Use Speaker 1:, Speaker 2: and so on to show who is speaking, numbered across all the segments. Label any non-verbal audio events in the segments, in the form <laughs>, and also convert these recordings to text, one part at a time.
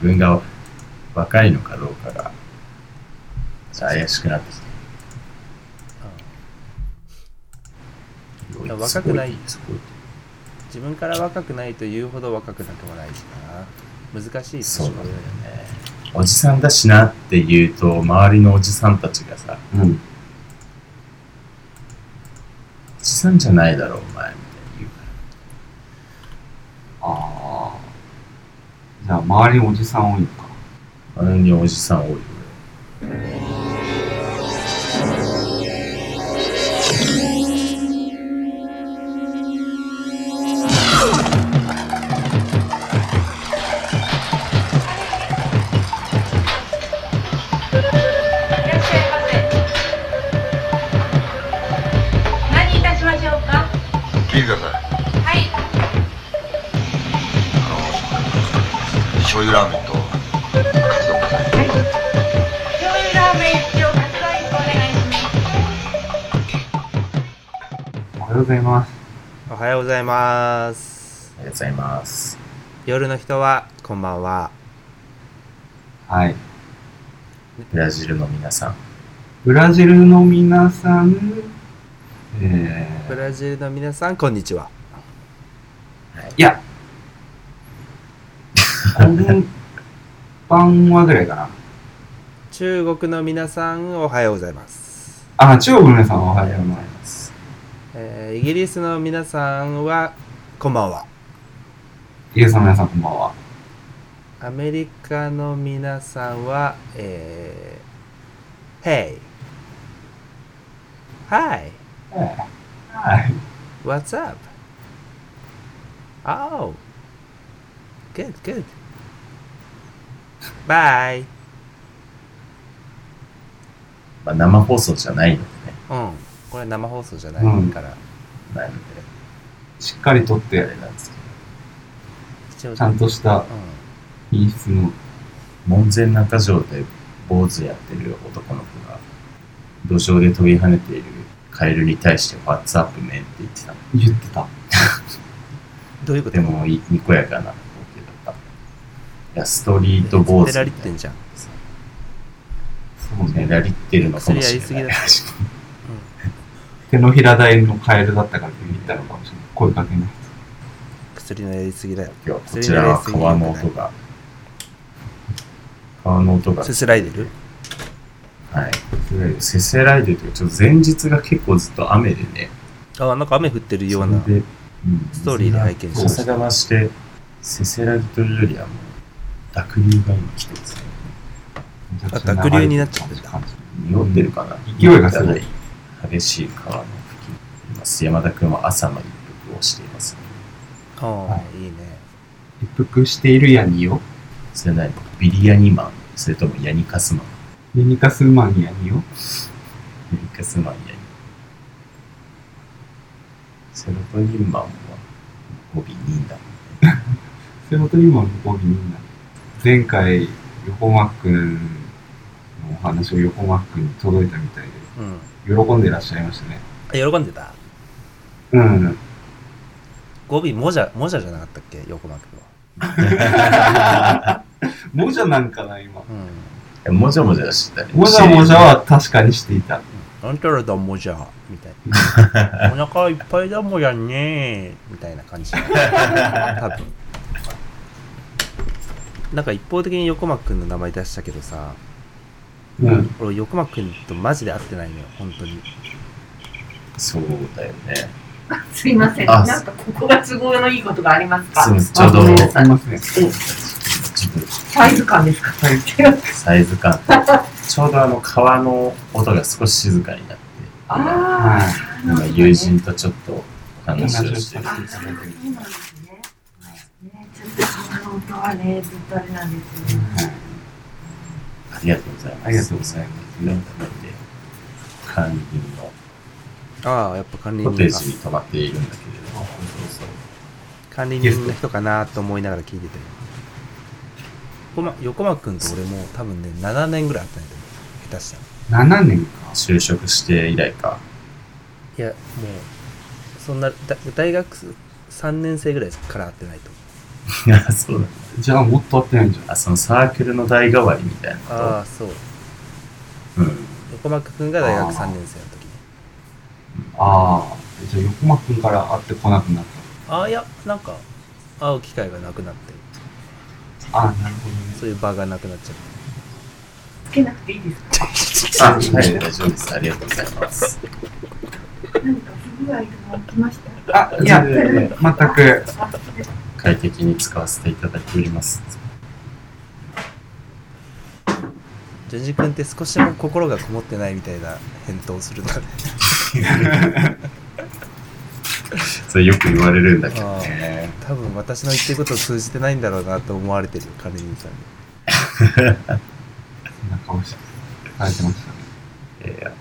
Speaker 1: 分が若いのかどうかが、怪しくなってきて
Speaker 2: いや若くない
Speaker 1: すごい
Speaker 2: 自分から若くないと言うほど若くなくもないしな難しいで
Speaker 1: そ
Speaker 2: す
Speaker 1: うなんだよね。おじさんだしなっていうと、周りのおじさんたちがさ、
Speaker 3: うん。
Speaker 1: おじさんじゃないだろ、お前、みたいに言うから。
Speaker 3: ああ。じゃあ、周りにおじさん多いのか。
Speaker 1: あのにおじさん多いよね。
Speaker 4: いらっしゃいませ。何いたしましょうか。
Speaker 5: 見てください
Speaker 4: はい。
Speaker 5: 醤油ラーメンとカツ丼ください
Speaker 4: 醤油ラーメン一丁、カツ丼一個お願いします。
Speaker 3: おはようございます。
Speaker 2: おはようございます
Speaker 1: ありがとうございます。
Speaker 2: 夜の人はこんばんは
Speaker 3: はい。
Speaker 1: ブラジルの皆さん、
Speaker 3: ブラジルの皆さん、え
Speaker 2: ブ
Speaker 3: ー、
Speaker 2: ラジルの皆さんこんにちはい
Speaker 3: や、こんばんはぐらいかな。
Speaker 2: 中国の皆さんおはようございます、
Speaker 3: あ、中国の皆さんおはようございます。
Speaker 2: えーイギリスの皆さんはこんばんは
Speaker 3: イギリスの皆さんこんばんは。
Speaker 2: アメリカの皆さんはえー、Hey Hi
Speaker 3: はい。
Speaker 2: What's up? Oh. Good, good. Bye.
Speaker 1: まあ、生放送じゃないのでね、
Speaker 2: うん。これ生放送じゃな
Speaker 3: うん
Speaker 2: いから、
Speaker 1: ないので、
Speaker 3: しっかりとって
Speaker 1: あ、れなんですけど、
Speaker 2: 視聴
Speaker 3: ちゃんとした品質の、
Speaker 1: 門前仲城で坊主やってる男の子が、土壌で飛び跳ねているカエルに対して、ワッツアップメンって言ってたの。
Speaker 3: 言ってた。
Speaker 2: うん。どういうこと
Speaker 1: でも、いにこやかな光景だった。いや、ストリート坊主み
Speaker 2: ペ
Speaker 1: たい
Speaker 2: ラリ
Speaker 1: な
Speaker 2: ってんじゃん。
Speaker 3: そう
Speaker 1: ね
Speaker 3: ね。
Speaker 1: ラリってるのかもしれ
Speaker 2: 薬
Speaker 1: な
Speaker 2: や
Speaker 1: い
Speaker 2: り。
Speaker 3: 手のひら大のカエルだったからビビったのかもしれない。声かけない。
Speaker 2: 薬のやりすぎだよ。
Speaker 1: 今日こちらは川の音が、川の音が、
Speaker 2: すすらいでる
Speaker 1: はい。せせらいでというか、ちょっと前日が結構ずっと雨でね、
Speaker 2: あ、なんか雨降ってるような。
Speaker 1: それで、うん
Speaker 2: ストーリーで拝見しました
Speaker 1: 水が大阪増して、せせらぎというよりはもう、濁流が今来てますね。
Speaker 3: めちゃ
Speaker 2: あ
Speaker 3: くちゃ長い
Speaker 2: 濁流になっちゃってた
Speaker 3: 感じ
Speaker 1: 匂ってるかな、
Speaker 3: 勢いがすごい
Speaker 1: ない。激しい川の付近にいます。山田君は朝の一服をしています、ね。
Speaker 2: ああ、、
Speaker 3: はい
Speaker 2: いね。
Speaker 3: 一服しているヤニを、
Speaker 1: それなりビリヤニマン、それともヤニカスマン、
Speaker 3: ヤニカスマンヤニを、
Speaker 1: ヤニカスマンヤニ。セロトニンマンは語尾2だ。
Speaker 3: セロトニンマンの語尾になる。前回、横マックンのお話を横マックンに届いたみたいで、
Speaker 2: うん。
Speaker 3: 喜んでらっしゃいましたね。
Speaker 2: あ喜んでた
Speaker 3: うん。
Speaker 2: 語尾もじゃ、もじゃじゃなかったっけ横幕は。
Speaker 3: もじゃなんかな、
Speaker 2: う
Speaker 3: 今。
Speaker 2: ん。
Speaker 1: えもじゃもじゃしてたり
Speaker 3: もじゃもじゃは確かにしていた。
Speaker 2: なんたらだもじゃ、みたい <laughs> な。お腹いっぱいだもやねみたいな感じ。多分。なんか一方的に横間くんの名前出したけどさ、
Speaker 3: うん。
Speaker 2: 俺横間くんとマジで会ってないのよ、本当に。
Speaker 1: そうだよね。
Speaker 6: すいません。
Speaker 1: あ
Speaker 6: なんかここが都合のいいことがありますか。
Speaker 1: そうです
Speaker 6: あ
Speaker 1: ちょうど
Speaker 6: ごめんな
Speaker 3: す
Speaker 6: さ
Speaker 3: い
Speaker 6: い
Speaker 3: ません。
Speaker 1: 自分
Speaker 6: サイズ感ですか。
Speaker 3: サイ
Speaker 1: サイズ <laughs> 感ちょうどあの川の音が少し静かになって今
Speaker 6: あ
Speaker 3: はい。
Speaker 6: あ、
Speaker 1: 今友人とちょっとお話をしてる
Speaker 6: あ、そうなんですね。ね、ちょっとその音はね、ずっとあれなんですよね。
Speaker 1: ありがとうございます
Speaker 3: ありがとうござ
Speaker 1: ま
Speaker 3: い
Speaker 1: す改めて管理人の
Speaker 2: ああ、やっぱ管理
Speaker 1: コテー
Speaker 2: 人
Speaker 1: ジに
Speaker 2: か。
Speaker 1: 泊まっているんだけれどもそう
Speaker 2: 管理人の人かなと思いながら聞いてたよ。横間横間くんと俺も多分ね、7年ぐらい会ってないと思う。下手したら。
Speaker 3: 7年か。
Speaker 1: そう就職して以来か
Speaker 2: いや、もう、そんな、だ大学3年生ぐらいから会ってないと思う。
Speaker 1: いやそうだ
Speaker 3: じゃあもっと合ってないんじゃ
Speaker 1: あ、そのサークルの代替わりみたいなこと。
Speaker 2: ああそう
Speaker 1: うん。
Speaker 2: 横幕君が大学3年生の時ね
Speaker 3: ああ、じゃあ横間くんから会ってこなくなっ
Speaker 2: ああいやなんか会う機会がなくなって
Speaker 3: た。ああ、なるほどね。
Speaker 2: そういう場がなくなっちゃっ
Speaker 6: つけなくていいですか
Speaker 1: あ、はい、大丈夫です。ありがとうございます。
Speaker 6: 何か不具合でも起きました
Speaker 3: あ、いや、全く。
Speaker 6: あ
Speaker 1: 快適に使わせていただいております。
Speaker 2: た順次君って少しも心がこもってないみたいな返答をするので
Speaker 1: それよく言われるんだけどね。
Speaker 2: 多分私の言ってることを通じてないんだろうなと思われてる管理人さんに
Speaker 3: そんな顔して、されてましたね。
Speaker 1: えー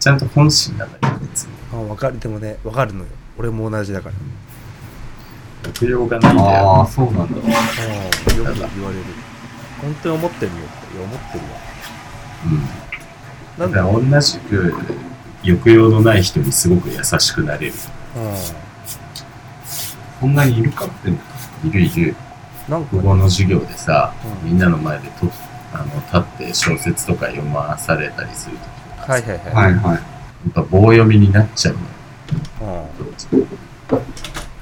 Speaker 1: ちゃんと本心がないといつも
Speaker 2: あ分かるでもね分かるのよ俺も同じだから
Speaker 1: 抑揚がないんだ
Speaker 3: あ
Speaker 1: よ。
Speaker 3: あ、そうな
Speaker 2: あ
Speaker 3: んだ。
Speaker 2: あよく言われる本当に思ってるよっていや思ってるわ
Speaker 1: うん。
Speaker 2: なんだ
Speaker 1: だから同じく、抑揚のない人にすごく優しくなれる。
Speaker 2: う
Speaker 3: そんなにいるかって。
Speaker 1: いるいる。
Speaker 2: んなんか
Speaker 1: 国
Speaker 2: ね
Speaker 1: 語の授業でさ、
Speaker 2: うん
Speaker 1: みんなの前でとあの立って小説とか読まされたりすると、
Speaker 2: はいはいはい、
Speaker 3: はいはい。
Speaker 1: やっぱ棒読みになっちゃうのよ。
Speaker 2: うん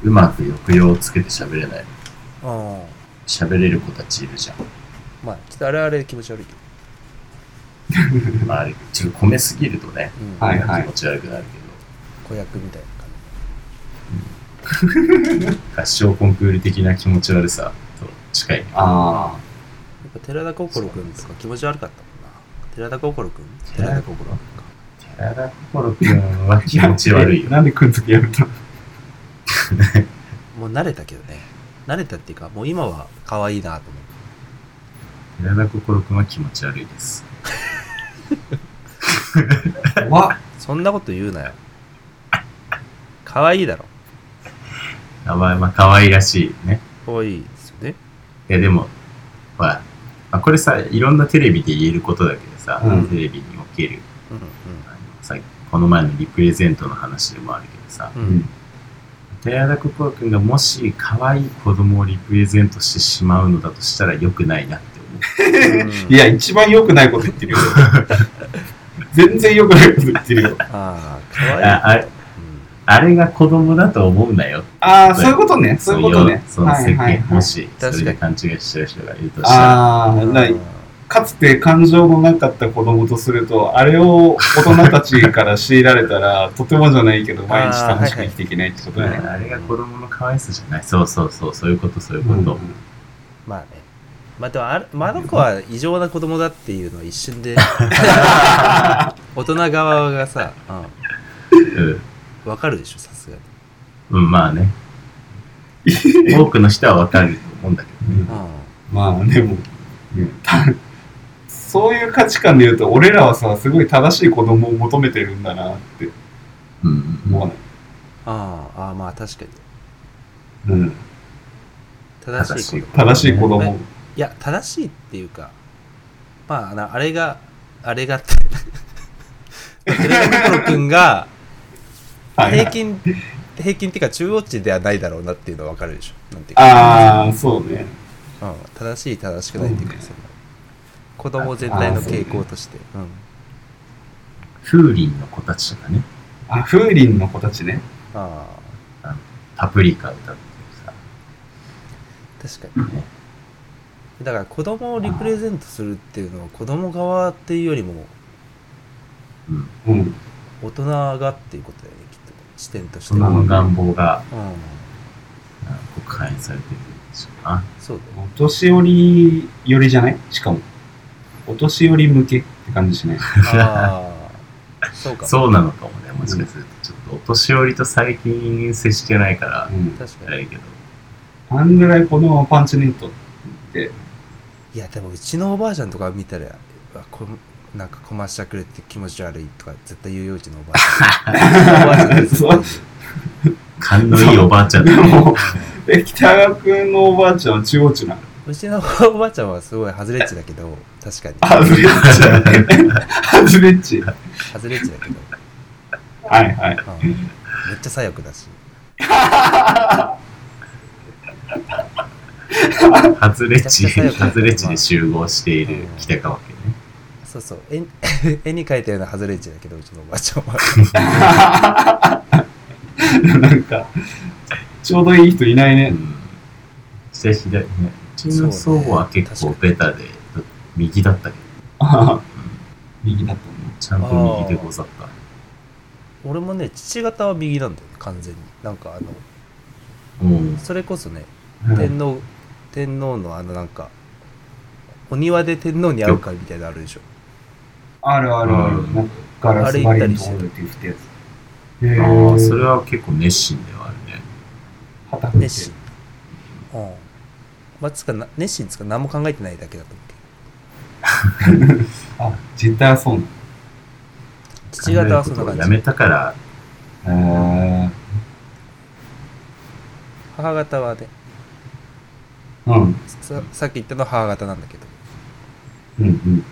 Speaker 1: うまく抑揚をつけて喋れない。
Speaker 2: うん
Speaker 1: 喋れる子たちいるじゃん。
Speaker 2: まあちょっとあれあれ気持ち悪いけど、
Speaker 1: まあ、あれ、ちょっと込めすぎるとね、
Speaker 2: うん
Speaker 3: はいはい
Speaker 1: 気持ち悪くなるけど。
Speaker 2: 子役みたいな感
Speaker 1: 合唱コンクール的な気持ち悪さと近い。
Speaker 3: あ
Speaker 2: じやっぱ寺田心君とか気持ち悪かったもんな寺田心君
Speaker 1: 寺
Speaker 2: 寺
Speaker 1: 田
Speaker 2: 田心君か
Speaker 1: 寺田心くんは
Speaker 3: あ。
Speaker 1: 気持ち悪いよ。
Speaker 3: なんでくんづけやめたの
Speaker 2: もう慣れたけどね慣れたっていうかもう今は可愛いなと思う
Speaker 1: 寺田心くんは気持ち悪いです。
Speaker 3: わ
Speaker 2: そんなこと言うなよ可愛いだろ
Speaker 1: 名前は可愛らしいね。
Speaker 2: 可愛いですよね
Speaker 1: いやでも、ほら、まあ、これさ、いろんなテレビで言えることだけどさ、
Speaker 3: うん
Speaker 1: テレビにおける、
Speaker 2: うん
Speaker 1: あのさこの前のリプレゼントの話でもあるけどさ、
Speaker 2: うんうん
Speaker 1: 寺田心くんがもし可愛い子供をリプレゼントしてしまうのだとしたら良くないなって思う。
Speaker 2: うん
Speaker 3: いや、一番良くないこと言 <laughs> ってるよ。全然良くないこと言ってるよ。
Speaker 2: ああ可愛
Speaker 1: <laughs>
Speaker 2: い
Speaker 1: ああれ
Speaker 2: うん
Speaker 1: あれが子供だと思うなよって
Speaker 3: ああ、そういうことね。そういうことね。
Speaker 1: その
Speaker 3: は
Speaker 1: 世
Speaker 3: い
Speaker 1: 間、
Speaker 3: はいは
Speaker 1: も
Speaker 3: い。
Speaker 1: し、それで勘違いしてる人がいるとしたら、
Speaker 3: ああ、ない。かつて感情のなかった子供とすると、あれを大人たちから強いられたら、とてもじゃないけど、毎日楽しく生きていけないってこと
Speaker 1: うん
Speaker 3: だね。
Speaker 1: あれが子供の可愛さじゃない。そうそうそう、そういうこと、そういう
Speaker 3: う
Speaker 1: こ
Speaker 3: ん
Speaker 1: と。
Speaker 2: まあね。まあでもあれ、まあ、あの子は異常な子供だっていうのは一瞬で、大人側がさ、
Speaker 1: うん
Speaker 2: うん、わかるでしょ、さすがに。
Speaker 1: うん、ま
Speaker 2: <laughs>
Speaker 1: あね。多くの人はわかると思うんだけどね。
Speaker 2: う
Speaker 3: まあ、でも、ねたそういう価値観で言うと、俺らはさ、すごい正しい子供を求めてるんだなって
Speaker 1: うん。
Speaker 3: 思わない。
Speaker 2: ああ、ああまあ確かに。
Speaker 3: うん、
Speaker 2: 正しいこと。
Speaker 3: 正しい子供。
Speaker 2: いや、正しいっていうか、まあ、あのあれが、あれがって。寺田心君が、
Speaker 3: はい
Speaker 2: 平均、平均っていうか中央値ではないだろうなっていうのはわかるでしょ。なんていうか
Speaker 3: ああ、そうね。
Speaker 2: うん、正しい正しくないっていうか、その子供全体の傾向として。うん
Speaker 1: 風鈴の子たちとかね、
Speaker 3: あ、風鈴の子たちね。
Speaker 2: ああ
Speaker 1: パプリカ歌ってる
Speaker 2: 確かにねだから子供をリプレゼントするっていうのは子供側っていうよりも
Speaker 3: うん。
Speaker 2: 大人がっていうことだよねきっと視点とし
Speaker 1: さ、
Speaker 2: て
Speaker 1: そ
Speaker 2: はうん
Speaker 1: の願望があの反映されてるんでしょうな。
Speaker 2: そう
Speaker 1: <laughs>
Speaker 3: お年寄り寄りじゃないしかも。お年寄り向けって感じしない。
Speaker 2: だよああそうか
Speaker 1: そうなのかもね、もしかすると。ちょっとお年寄りと最近接してないから、
Speaker 3: うん。
Speaker 2: 確か
Speaker 1: あ
Speaker 2: に
Speaker 1: れだけど。
Speaker 3: あんぐらい子供はパンチネットって、
Speaker 2: いやでもうちのおばあちゃんとか見たらうわこなんかこましゃくれて気持ち悪いとか絶対言うようちのおばあちゃんおばあち
Speaker 1: <laughs>
Speaker 2: ゃんです
Speaker 3: そう
Speaker 1: 勘のいいおばあちゃんだね。
Speaker 3: もう、 <laughs> え、北川くんのおばあちゃんは中央値なの。
Speaker 2: うちのおばあちゃんはすごいハズレッチだけど確かに
Speaker 3: ハズレッチ。ハズレッチ。は
Speaker 2: ハズレッチだけど、
Speaker 3: いはい。
Speaker 1: <laughs>
Speaker 2: うんめっちゃ左翼だし
Speaker 1: 外れ値、
Speaker 2: めちゃくちゃ左右
Speaker 1: 外れ値で集合している北川家ね。
Speaker 2: そうそう絵絵に描 <laughs> いたような外れ値だけどうちのおばあちゃんは <laughs>
Speaker 3: <laughs> なんか、ちょうどいい人いないうね。
Speaker 1: ん。そして左、ね、うちの祖母は結構
Speaker 2: そう
Speaker 1: ベタで、右だったけど、
Speaker 3: ああ右だったんだ。
Speaker 1: ちゃんと右でござった。
Speaker 2: 俺もね父方は右なんだよね完全になんかあの
Speaker 1: うん。
Speaker 2: それこそね
Speaker 3: うん
Speaker 2: 天皇、天皇のあのなんかお庭で天皇に会う会みたいなのあるでしょ
Speaker 3: あるあるあ
Speaker 1: う
Speaker 3: る。
Speaker 1: ん
Speaker 3: なんかガラス張りのホールって言ってやつ。へ
Speaker 1: ああ、そ
Speaker 3: れ
Speaker 1: れは結構熱心ではあるね。
Speaker 3: 旗振って
Speaker 2: 熱心うんまあつかな熱心つか何も考えてないだけだと思うけど
Speaker 3: あ、実態はそうなんだ
Speaker 2: 父方はそんな
Speaker 1: 考えること
Speaker 2: 感
Speaker 1: を
Speaker 2: じ
Speaker 1: やめたから、
Speaker 3: へ
Speaker 2: 母方はね
Speaker 3: ーうん。
Speaker 2: ささっき言ったのは母方なんだけど
Speaker 3: うんうん。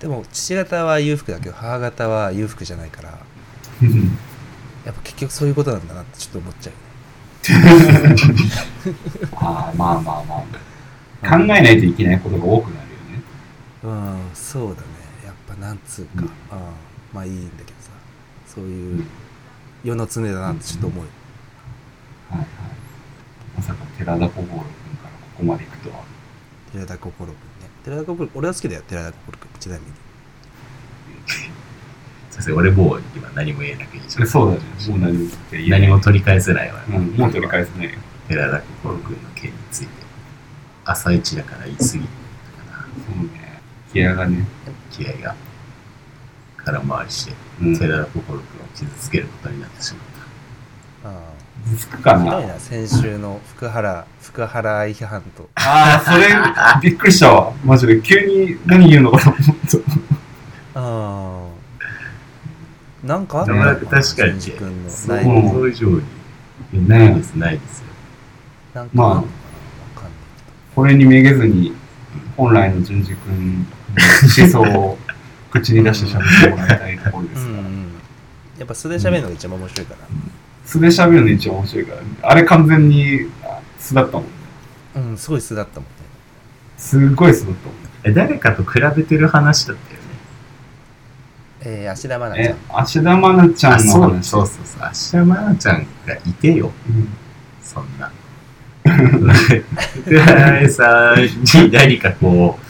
Speaker 2: でも父方は裕福だけど母方は裕福じゃないからやっぱ結局そういうことなんだなってちょっと思っちゃうね
Speaker 3: <laughs> ああ、まあまあまあ。考えないといけないことが多くなるよね。
Speaker 2: うんそうだねやっぱなんつうか、
Speaker 3: うん
Speaker 2: うんまあいいんだけどさそういう世の常だなってちょっと思う、
Speaker 3: はいはい。まさか寺田心君からここまで行くとは。
Speaker 2: 寺田心君ね寺田心君俺は好きだよ寺田心君ちなみに
Speaker 1: 先生、俺もう今何も言えなくていいじゃん。
Speaker 3: そうだね。もう何って言えな
Speaker 1: 何
Speaker 3: い
Speaker 1: も取り返せないわ。
Speaker 3: うん、もう取り返せないよ。
Speaker 1: 寺田心君の件について。朝一だから言い過ぎたかな。
Speaker 3: そうね。ギアがね。
Speaker 1: 気合が空回りして、
Speaker 3: うん。
Speaker 1: 寺田心君を傷つけることになってしまった。
Speaker 2: あ
Speaker 3: つくか
Speaker 2: あひどい
Speaker 3: な
Speaker 2: な先週の福原福原愛批判と
Speaker 3: ああ、それ、びっくりしたわ。マジで、急に何言うのかと思った。
Speaker 2: ああなんかあったの
Speaker 1: な
Speaker 2: か
Speaker 1: んか確かに
Speaker 2: 淳二君の
Speaker 1: そ
Speaker 2: な
Speaker 1: う
Speaker 2: い
Speaker 3: うん
Speaker 1: 想像以上に。いやないです、ないですよ。
Speaker 2: なんかあるのかなわかんない
Speaker 3: これにめげずに、本来の淳二君の思想を口に出して喋ってもらいたいところで
Speaker 2: う
Speaker 3: す
Speaker 2: ん
Speaker 3: か
Speaker 2: う
Speaker 3: ら。
Speaker 2: んやっぱ素で喋るのが一番面白いから
Speaker 3: 素で喋るの一番面白いからね。あれ完全にあ素だったもんね。
Speaker 2: うん、すごい素だったもんね。
Speaker 3: すごい素だったもんね。
Speaker 1: え、誰かと比べてる話だったよね。
Speaker 2: えー、芦田愛菜ちゃ
Speaker 3: え
Speaker 2: ん。、
Speaker 3: 芦田愛菜ちゃ
Speaker 1: あ、
Speaker 3: んの
Speaker 1: そう
Speaker 3: 話。
Speaker 1: そうそうそう。芦田愛菜ちゃんがいてよ。
Speaker 3: うん
Speaker 1: そんな。 <laughs> 福原愛さんに何かこう、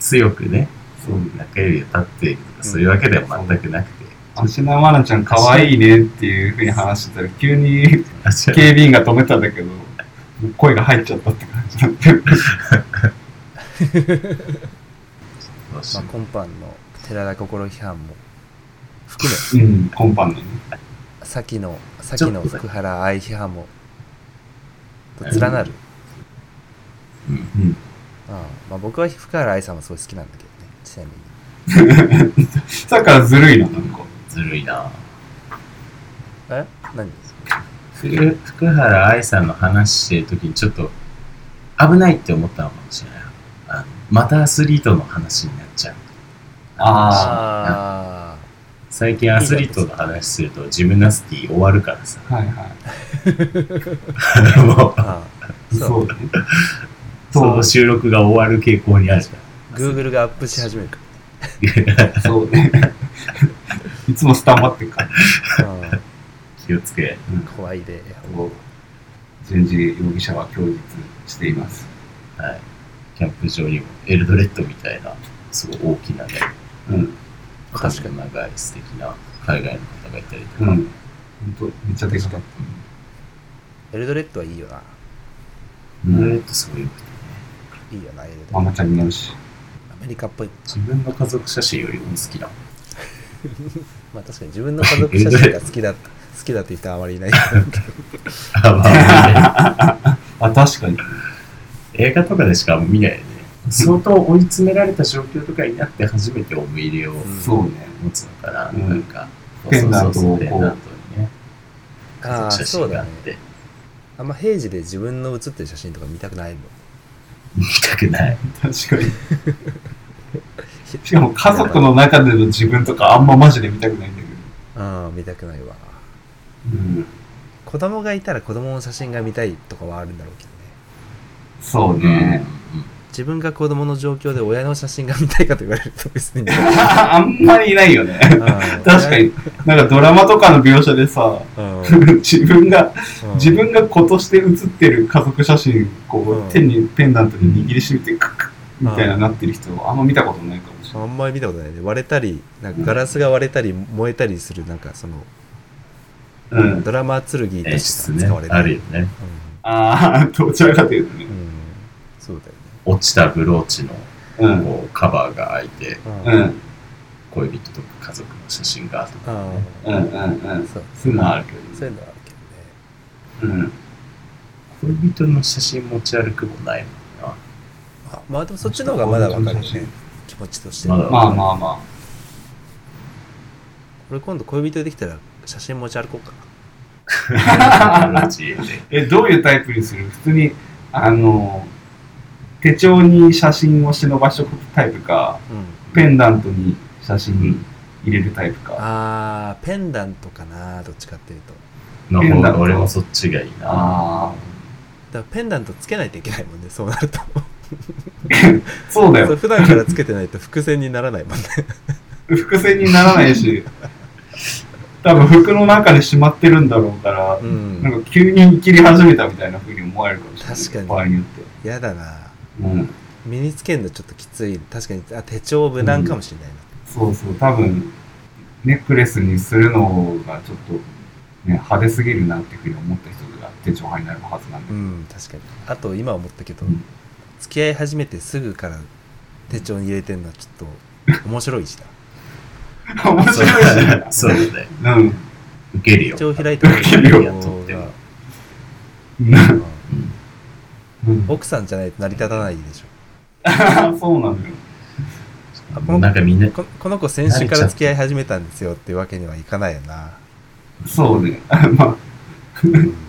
Speaker 1: 強くね、
Speaker 3: そう
Speaker 1: 中指が立っているとか、そういうわけでは全くなくて、
Speaker 3: 芦田愛菜ちゃん可愛いねっていうふうに話してたら、急に
Speaker 1: 芦田
Speaker 3: 警備員が止めたんだけど、もう声が入っちゃったって感じだったよ。
Speaker 1: どうしよ
Speaker 2: まあ、
Speaker 1: う
Speaker 2: 今般の寺田心批判も含め、
Speaker 3: うん、今般のね。
Speaker 2: 先の、先の福原愛批判も、と連なる。
Speaker 3: うん。
Speaker 2: うんまあ、僕は福原愛さんもすごい好きなんだけどね、ちなみに。
Speaker 3: さっきからずるいな、なんか。
Speaker 1: ずるいな
Speaker 2: え何
Speaker 1: 福福原愛さんの話してる時にちょっと危ないって思ったのかもしれないあのまたアスリートの話になっちゃう
Speaker 2: あ
Speaker 1: 最近アスリートの話するとジムナスティ終わるからさ
Speaker 3: はいはい。
Speaker 1: もう
Speaker 2: あ。ああ。そ。
Speaker 3: そううだね。
Speaker 1: そ
Speaker 3: そう
Speaker 1: の収録が終わる傾向にあるじ
Speaker 2: Google がアップし始めるか
Speaker 1: ゃん
Speaker 3: そうね。いつもスタンバってるから。
Speaker 2: ら。うん
Speaker 1: 気をつけ
Speaker 2: 怖いで。
Speaker 3: そう順次容疑者は供述しています。
Speaker 1: はいキャンプ場にもエルドレッドみたいなすごい大きなね
Speaker 3: うん。
Speaker 2: 確かに
Speaker 1: 長い素敵な海外の方がいたりと
Speaker 3: う
Speaker 1: か、
Speaker 3: ん。ほんと、めっちゃでかかっ
Speaker 2: エルドレッドはいいよな。
Speaker 3: た。う
Speaker 1: うん、
Speaker 3: ん。
Speaker 1: とそういうこと
Speaker 2: いいよな、エルドレッド。
Speaker 3: ママちゃんになるし。
Speaker 2: アメリカっぽい。
Speaker 1: 自分の家族写真よりも好きだもん
Speaker 2: まあ確かに自分の家族写真が好きだ、好きだって言ったらあまりいないけど。
Speaker 1: あ <laughs> まあ
Speaker 3: あ、確かに。
Speaker 1: 映画とかでしか見ないよね相当追い詰められた状況とかになって初めて思い入れを
Speaker 2: ん
Speaker 3: そうね。
Speaker 1: 持つのかな、
Speaker 3: うん
Speaker 1: なんか
Speaker 3: ペンダントを
Speaker 1: そうそうそう
Speaker 3: こう
Speaker 1: ペンダントにね家
Speaker 2: ああ
Speaker 1: 族写
Speaker 2: そう
Speaker 1: 真が
Speaker 2: だ
Speaker 1: あっ
Speaker 2: ね
Speaker 1: て、
Speaker 2: あんま平時で自分の写ってる写真とか見たくないもん
Speaker 1: 見たくない
Speaker 3: <laughs> 確かに。しかも家族の中での自分とかあんまマジで見たくないんだけど。
Speaker 2: うん見たくないわ
Speaker 3: うん。
Speaker 2: 子供がいたら子供の写真が見たいとかはあるんだろうけどね
Speaker 3: そうね。
Speaker 2: 自分が子供の状況で親の写真が見たいかと言われると別に。
Speaker 3: <laughs>
Speaker 1: <laughs>
Speaker 3: あんまりいないよね。
Speaker 2: 確
Speaker 3: 確か。に、なんかドラマとかの描写でさ、
Speaker 2: うん
Speaker 3: 自分が、
Speaker 2: うん
Speaker 3: 自分が子として写ってる家族写真、こう、
Speaker 2: うん
Speaker 3: 手にペンダントで握りしめて、クックッみたいな
Speaker 2: うん
Speaker 3: なってる人、あんま見たことないかもしれない。
Speaker 2: あんまり見たことないね。割れたり、なんかガラスが割れたり、燃えたりする、なんかその、
Speaker 3: うん。
Speaker 2: ドラマ剣と
Speaker 1: 演
Speaker 2: し
Speaker 1: 出
Speaker 2: て
Speaker 1: ね
Speaker 2: 使われ。て
Speaker 1: あるよね。
Speaker 3: ああ、どちらかというと
Speaker 2: う。
Speaker 3: ね
Speaker 2: ん。そうだよ
Speaker 1: 落ちたブローチの
Speaker 3: うん。
Speaker 1: こうカバーが開いて、
Speaker 2: ね。
Speaker 3: うん。うん。
Speaker 1: 恋人とか家族の写真があるとか。
Speaker 2: あ
Speaker 3: うん。うん。
Speaker 2: そう。
Speaker 3: そういうのはあるけど
Speaker 2: そういうのはあるけどね。
Speaker 3: うん。
Speaker 1: 恋人の写真持ち歩くもないもんな。
Speaker 2: あまあでもそっちの方がまだわかるね
Speaker 3: そうそうそう。
Speaker 2: 気持ちとして。
Speaker 1: まだ
Speaker 3: まあまあま
Speaker 2: 俺今度恋人できたら写真持ち歩こうか。
Speaker 1: ブローチで。
Speaker 3: <laughs> あ。え、どういうタイプにする普通に、あの、手帳に写真を忍ばしとくタイプか、
Speaker 2: うん。
Speaker 3: ペンダントに写真入れるタイプか。
Speaker 2: あー、ペンダントかな、どっちかっていうと。
Speaker 1: の方が俺もそっちがいいな。
Speaker 3: ああ。
Speaker 2: だからペンダントつけないといけないもんね、そうなると。
Speaker 3: そうだ
Speaker 2: そう
Speaker 3: よ。
Speaker 2: 普段からつけてないと伏線にならないもんね。
Speaker 3: 伏線にならないし、多分服の中でしまってるんだろうから
Speaker 2: う、。
Speaker 3: なんんか急に切り始めたみたいな風に思われるかもしれない。
Speaker 2: 確かに
Speaker 3: 場合によって。
Speaker 2: やだな。
Speaker 3: うん。
Speaker 2: 身につけるのちょっときつい。確かに、あ手帳無難かもしれないな。
Speaker 3: そうそう、多分、ネックレスにするのがちょっと、ね、派手すぎるなっていうふうに思った人が手帳派になるはずなん
Speaker 2: う
Speaker 3: で。
Speaker 2: ん、確かに。あと、今思ったけど、
Speaker 3: うん
Speaker 2: 付き合い始めてすぐから手帳に入れてるのはちょっと面白いしな。
Speaker 3: 面
Speaker 1: そう
Speaker 3: 白いしね
Speaker 1: だね。。
Speaker 2: <laughs>
Speaker 1: そうだね。
Speaker 3: うん。
Speaker 1: 受けるよ
Speaker 2: 手。帳開いてる
Speaker 3: 受けるよ
Speaker 2: 方が、
Speaker 3: うん
Speaker 2: <laughs>
Speaker 3: うん
Speaker 2: 奥さんじゃないと成り立たないでしょ。
Speaker 3: そうなのよ。
Speaker 2: あこの
Speaker 1: なんかみんな、
Speaker 2: <laughs> ここの子先週から付き合い始めたんですよっていうわけにはいかないよな。
Speaker 3: そうね。 <laughs> まあ、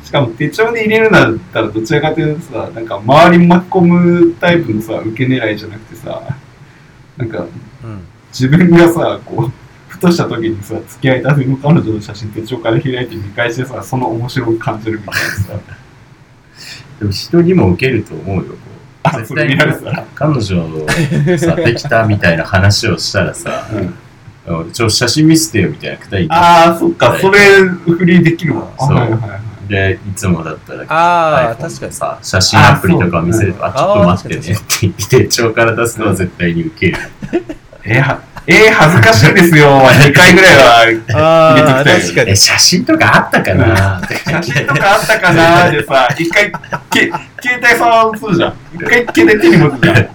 Speaker 3: しかも手帳に入れるんだったら、どちらかというとさ、なんか周りに巻き込むタイプのさ、受け狙いじゃなくてさ、なんか
Speaker 2: うん。
Speaker 3: 自分がさ、こう、ふとした時にさ、付き合いたての彼女の写真手帳から開いて見返してさ、その面白く感じるみたいなさ。
Speaker 1: でも人にも受けると思うよ。こう
Speaker 3: あそれ見られてた
Speaker 1: 彼女をさ、できたみたいな話をしたらさ、
Speaker 3: うん
Speaker 1: ちょ、写真見せてよみたいなくだり
Speaker 3: ああ、そっか、それ、フリーできるわ。
Speaker 1: そう
Speaker 3: はいはいはい
Speaker 1: で、いつもだったら、
Speaker 2: ああ、
Speaker 1: iPhone
Speaker 2: 確かに。
Speaker 1: さ、写真アプリとか見せると、あ、
Speaker 2: あ
Speaker 1: ち
Speaker 2: そう
Speaker 1: ょっと待っ
Speaker 2: あー
Speaker 1: てねって言って、手帳から出すのは絶対に受ける。
Speaker 3: えーはえー恥ずかしいですよ。2回ぐ <laughs> らいは、
Speaker 2: ああ、
Speaker 3: 入れて
Speaker 2: 確
Speaker 3: き
Speaker 2: かに
Speaker 1: え、。写真とかあったかなって
Speaker 3: 写真とかあったかなーでさ、一回け、携帯触するじゃん。一回携帯手に持つじゃん。で、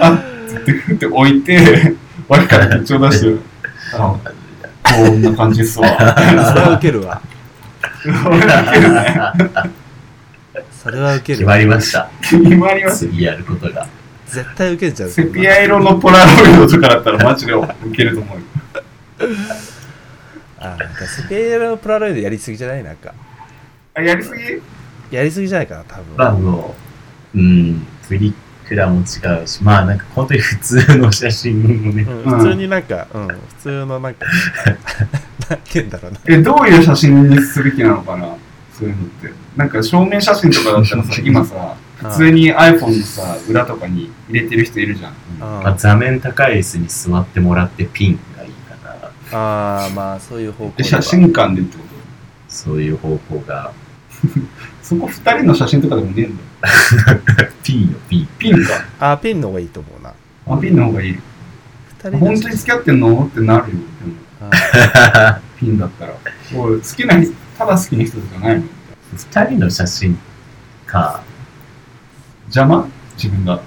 Speaker 3: あっつって、ふって置いて、脇から手帳出して、あこんな感じっすわ。 <laughs>
Speaker 2: それは受けるわ。それは受け
Speaker 1: 決
Speaker 2: る
Speaker 1: ま
Speaker 2: わ。
Speaker 1: りました。
Speaker 3: 決まります。
Speaker 1: 次やることが。
Speaker 2: 絶対受けちゃう。
Speaker 3: セピア色のポラロイドとかだったらマジで受けると思うよ。
Speaker 2: ああ、だからセピア色のプラロイドやりすぎじゃないなんか。
Speaker 3: あ、やりすぎ
Speaker 2: やりすぎじゃないかな、多分。
Speaker 1: まあもう、うん、プリクラも違うし、まあなんか本当に普通の写真もね、
Speaker 2: うん普通になんか、うん、普通のなんか、なんて言うんだろうな。
Speaker 3: え、どういう写真にすべきなのかなそういうのって。なんか照明写真とかだったらさ、今さ、 <laughs> 普通に iPhone のさ、裏とかに入れてる人いるじゃん。
Speaker 2: うん
Speaker 1: まあ、座面高い椅子に座ってもらってピンがいいかな。
Speaker 2: ああ、まあ、そういう方向
Speaker 3: で、
Speaker 2: で
Speaker 3: 写
Speaker 2: は。
Speaker 3: 真館でってこと
Speaker 1: そういう方向が、
Speaker 3: そこ二人の写真とかでもねえんだよ。
Speaker 1: ピンよ、ピン。
Speaker 3: ピンか。
Speaker 2: ああ、ピンの方がいいと思うな。
Speaker 3: あ、ピンの方がいい。
Speaker 2: 二人
Speaker 3: 本当に付き合ってんのってなるよ。でも、ピンだったら。俺、好きな人、ただ好きな人じゃないの。
Speaker 1: <laughs> 二人の写真か。
Speaker 3: 邪魔自分が。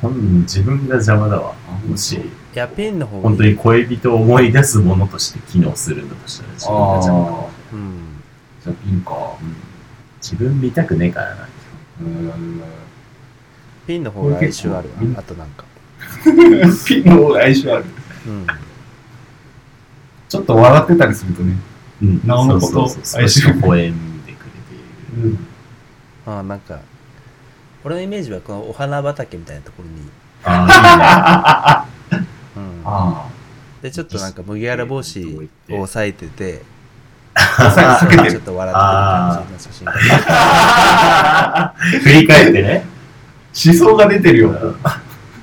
Speaker 1: 本自分が邪魔だわ。もし、
Speaker 2: いや、ピンの方がいい。
Speaker 1: 本当に恋人を思い出すものとして機能するんだとしたら自分が
Speaker 3: ああ。じ
Speaker 1: 邪魔だわ。
Speaker 3: ゃ
Speaker 2: うん。
Speaker 3: あピンか。
Speaker 1: うん自分見たくねえからな。
Speaker 3: うーん。
Speaker 2: ピンの方が哀愁ある
Speaker 3: うん
Speaker 2: わ。あとなんか。
Speaker 3: ピンの方が相性ある。
Speaker 2: うん。
Speaker 3: ちょっと笑ってたりするとね。
Speaker 1: うん
Speaker 3: なおのこと
Speaker 1: そうそうそう少し微笑んでくれている。
Speaker 3: うん。
Speaker 2: ああ、なんか、俺のイメージはこのお花畑みたいなところに、
Speaker 1: あ
Speaker 2: うん。
Speaker 3: ああ。
Speaker 2: で、ちょっとなんか麦わら帽子を押さえてて、
Speaker 3: さ避けて
Speaker 2: ちょ
Speaker 3: る
Speaker 2: っ。と笑ってる感じの写真が。
Speaker 1: 振り返って
Speaker 2: <laughs>
Speaker 1: ね、
Speaker 3: 思想が出てるよ。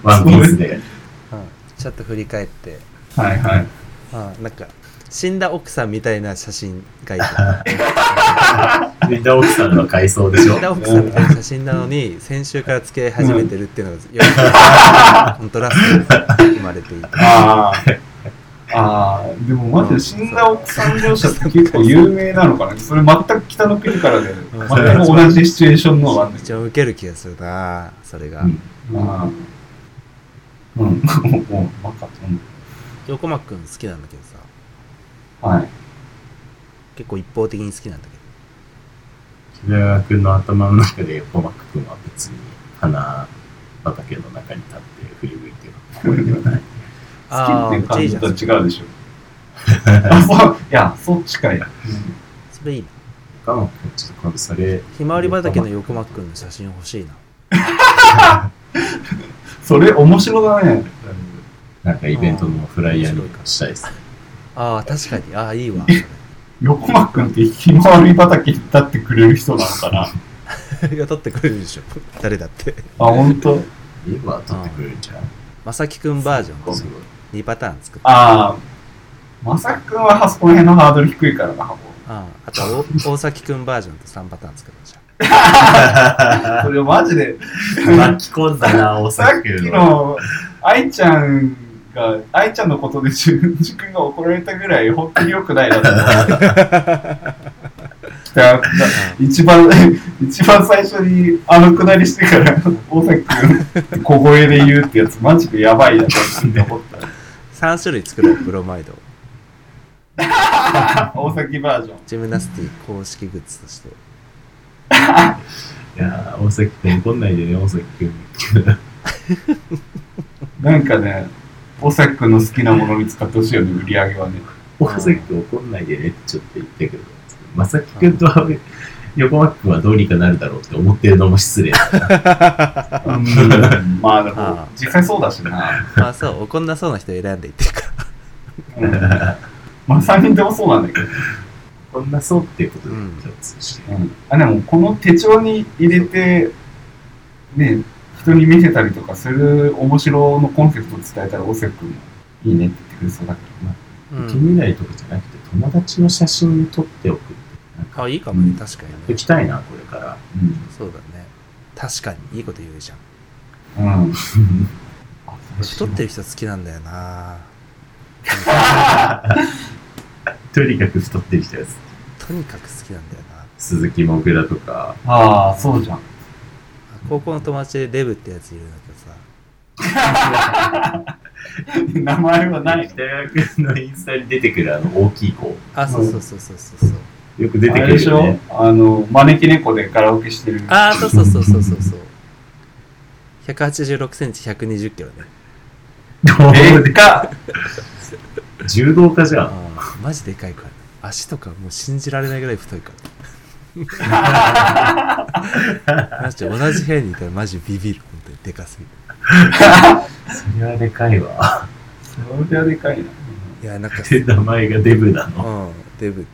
Speaker 1: ワンピースで。
Speaker 2: うんちょっと振り返って、
Speaker 3: はいはい。
Speaker 2: あなんか、死んだ奥さんみたいな写真がい
Speaker 3: <laughs>
Speaker 2: た。
Speaker 1: みんな奥さんの回想でしょ
Speaker 2: <laughs> 死ん。だ奥さんみたいな写真なのに、先週から付き合い始めてるっていうのが、
Speaker 3: <laughs>
Speaker 2: よくコントラストが生まれていた。
Speaker 3: あーあー。でもマジで死んだ奥さん描写って結構有名なのかな。それ全く北の国からで、全く同じシチュエーションのなんだけ
Speaker 2: 一応受ける気がするなそれが。
Speaker 1: うん
Speaker 3: ど。あーうん。もう、バカとん
Speaker 2: 横間くん好きなんだけどさ、
Speaker 3: はい。
Speaker 2: 結構一方的に好きなんだけど。
Speaker 1: 木村君の頭の中で横幕君は別に花畑の中に立って振り向いてる声ではない。
Speaker 3: 好きっていう
Speaker 2: ー
Speaker 3: 感
Speaker 2: いいじ
Speaker 3: じ
Speaker 2: ゃん。
Speaker 3: と違うでしょ。あ、そう。いや、そっちかい。
Speaker 2: それいいな。
Speaker 1: 他のこっちと今度それ、
Speaker 2: ひまわり畑の横間くんの写真欲しいな。
Speaker 3: それ面白だね。
Speaker 1: なんかイベントのフライヤーにしたいです。
Speaker 2: ああ、確かに。ああ、いい <laughs> わ。それ
Speaker 3: 横間くんってひまわり畑に立ってくれる人なのかな。あ、
Speaker 2: いや、取ってくれるでしょ。誰だって。
Speaker 3: ほんと。
Speaker 1: 言えば取ってくれるじゃん。
Speaker 2: まさきくんバージョン
Speaker 1: すごい。
Speaker 2: 2パターン作った。あ
Speaker 3: ああ、まさきくんははそこら辺のハードル低いからな、も
Speaker 2: ああと <laughs> お、大崎くんバージョンと3パターン作るじゃん。
Speaker 3: うそれマジで、
Speaker 1: 巻き込んだな、大
Speaker 3: さっ
Speaker 1: 阪
Speaker 3: き
Speaker 1: 君の。
Speaker 3: の愛ちゃんが、愛ちゃんのことで自分自分が怒られたぐらい、本当に良くないなと思って。だ一番、 <laughs> 一番最初にあのくだりしてから、大崎くん、小声で言うってやつ、マジでやばいなって思った。
Speaker 2: 3種類作 <laughs> ろう、ブロマイドを。
Speaker 3: 大崎バージョン。
Speaker 2: ジムナスティ公式グッズと <laughs> して。
Speaker 1: いやー、大崎君怒んないでね、大崎 <laughs> 君。
Speaker 3: なんかね、大崎くんの好きなもの見つかってほしいよね、売り上げはね。
Speaker 1: 大崎君怒んないでねってちょっと言ったけど、まさき君とは横幕君はどうにかなるだろうって思ってるのも失礼。 <laughs>
Speaker 3: うんまあでも
Speaker 2: あ、
Speaker 3: 実際そうだしな。
Speaker 2: ああ、そう、怒んなそうな人選んでいってるから。
Speaker 3: うんまあ3人ともそうなんだけど。
Speaker 1: こんなそうっていうことで、
Speaker 2: うん
Speaker 1: 共通して。
Speaker 3: うんあでも、この手帳に入れて、ね、人に見せたりとかする面白のコンセプトを伝えたら、大崎くんもいいねって言ってくれそうだけどな。
Speaker 2: う
Speaker 1: 気
Speaker 2: ん。
Speaker 1: になるとかじゃなくて、友達の写真に撮っておく。なんか、
Speaker 2: あ、いいかもね、確か
Speaker 1: 行
Speaker 2: にね。
Speaker 1: きたいな、これから。
Speaker 2: そうだね。確かに、いいこと言うじゃん。
Speaker 3: うん。うん。
Speaker 2: 太ってる人好きなんだよな
Speaker 1: とにかく太ってる人です。
Speaker 2: とにかく好きなんだよな
Speaker 1: 鈴木もぐらとか、
Speaker 3: ああ、そうじゃん。 <laughs>
Speaker 2: 高校の友達でデブってやついるんだけどさ
Speaker 3: 名前はないの。
Speaker 1: 北川君のインスタに出てくるあの大きい子、
Speaker 2: あそうそうそうそうそうそう
Speaker 1: よく出て
Speaker 3: あ
Speaker 1: く
Speaker 3: れで
Speaker 1: る
Speaker 3: し
Speaker 1: よ
Speaker 3: ょ
Speaker 1: ね。
Speaker 3: あの、招き猫でカラオケしてる。
Speaker 2: あそうそうそうそうそうそう186センチ120キロね。
Speaker 3: でっか
Speaker 1: 柔道家じゃん。
Speaker 2: ああ、マジでかいからね。足とかもう信じられないぐらい太いから。マジで同じ部屋にいたらマジビビる。本当にでかすぎる。
Speaker 1: それはでかいわ。 <laughs>
Speaker 3: そりゃでかいな。
Speaker 2: いや、なんか、
Speaker 1: で、名前がデブな
Speaker 2: う
Speaker 1: の。 <laughs>
Speaker 2: ん、デブ。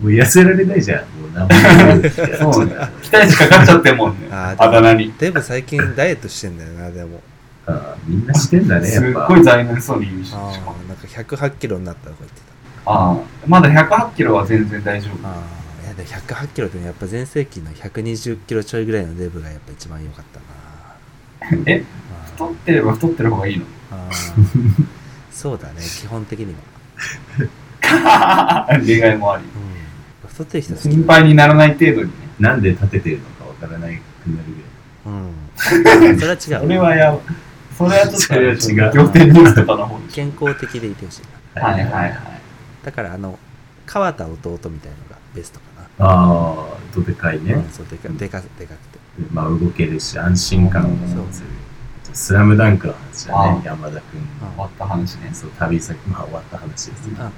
Speaker 1: もう痩せられないじゃん。もう名前がデブ
Speaker 3: そうね。期待値かかっちゃってるもんね。
Speaker 2: あ
Speaker 3: あ
Speaker 2: ーでも
Speaker 3: だ名に。
Speaker 2: デブ最近ダイエットしてんだよな、でも。
Speaker 1: あーみんなしてんだね、
Speaker 3: す
Speaker 1: や
Speaker 3: っ
Speaker 1: っぱ
Speaker 3: ご。い残念そうに言うし。
Speaker 2: ああ、なんか108キロになったとか言ってた。
Speaker 3: ああ。まだ108キロは全然大丈夫。
Speaker 2: ああいやでも108キロでもやっぱ全盛期の120キロちょいぐらいのデブがやっぱ一番良かったな
Speaker 3: え
Speaker 2: あ
Speaker 3: 太ってれば太ってる方がいいの <laughs>
Speaker 2: あああそうだね基本的には、
Speaker 3: 例外もあり。
Speaker 2: うん、太ってる人好き
Speaker 3: 心配にならない程度にね。
Speaker 1: なんで立ててるのかわからないくなるぐらい。
Speaker 2: うんそれは違う
Speaker 3: それはやば、それはちょっと、
Speaker 1: それは違う
Speaker 3: 仰天ニュースとかの方でし
Speaker 2: 健康的でいてほしいな
Speaker 3: ょ。はいはいはい。
Speaker 2: だからあの川田弟みたいのがベストか
Speaker 1: ああ、どでかいね。
Speaker 2: な、うん、そうでかでかでかくて
Speaker 1: まあ、動けるし、安心感も
Speaker 2: そう
Speaker 1: する。スラムダンクの話だ
Speaker 3: あ
Speaker 1: ね
Speaker 3: あ、
Speaker 1: 山田君
Speaker 2: あ
Speaker 1: の。
Speaker 2: あ
Speaker 3: 終わった話ね。
Speaker 1: そう、旅先、まあ、終わった話ですね。
Speaker 2: あ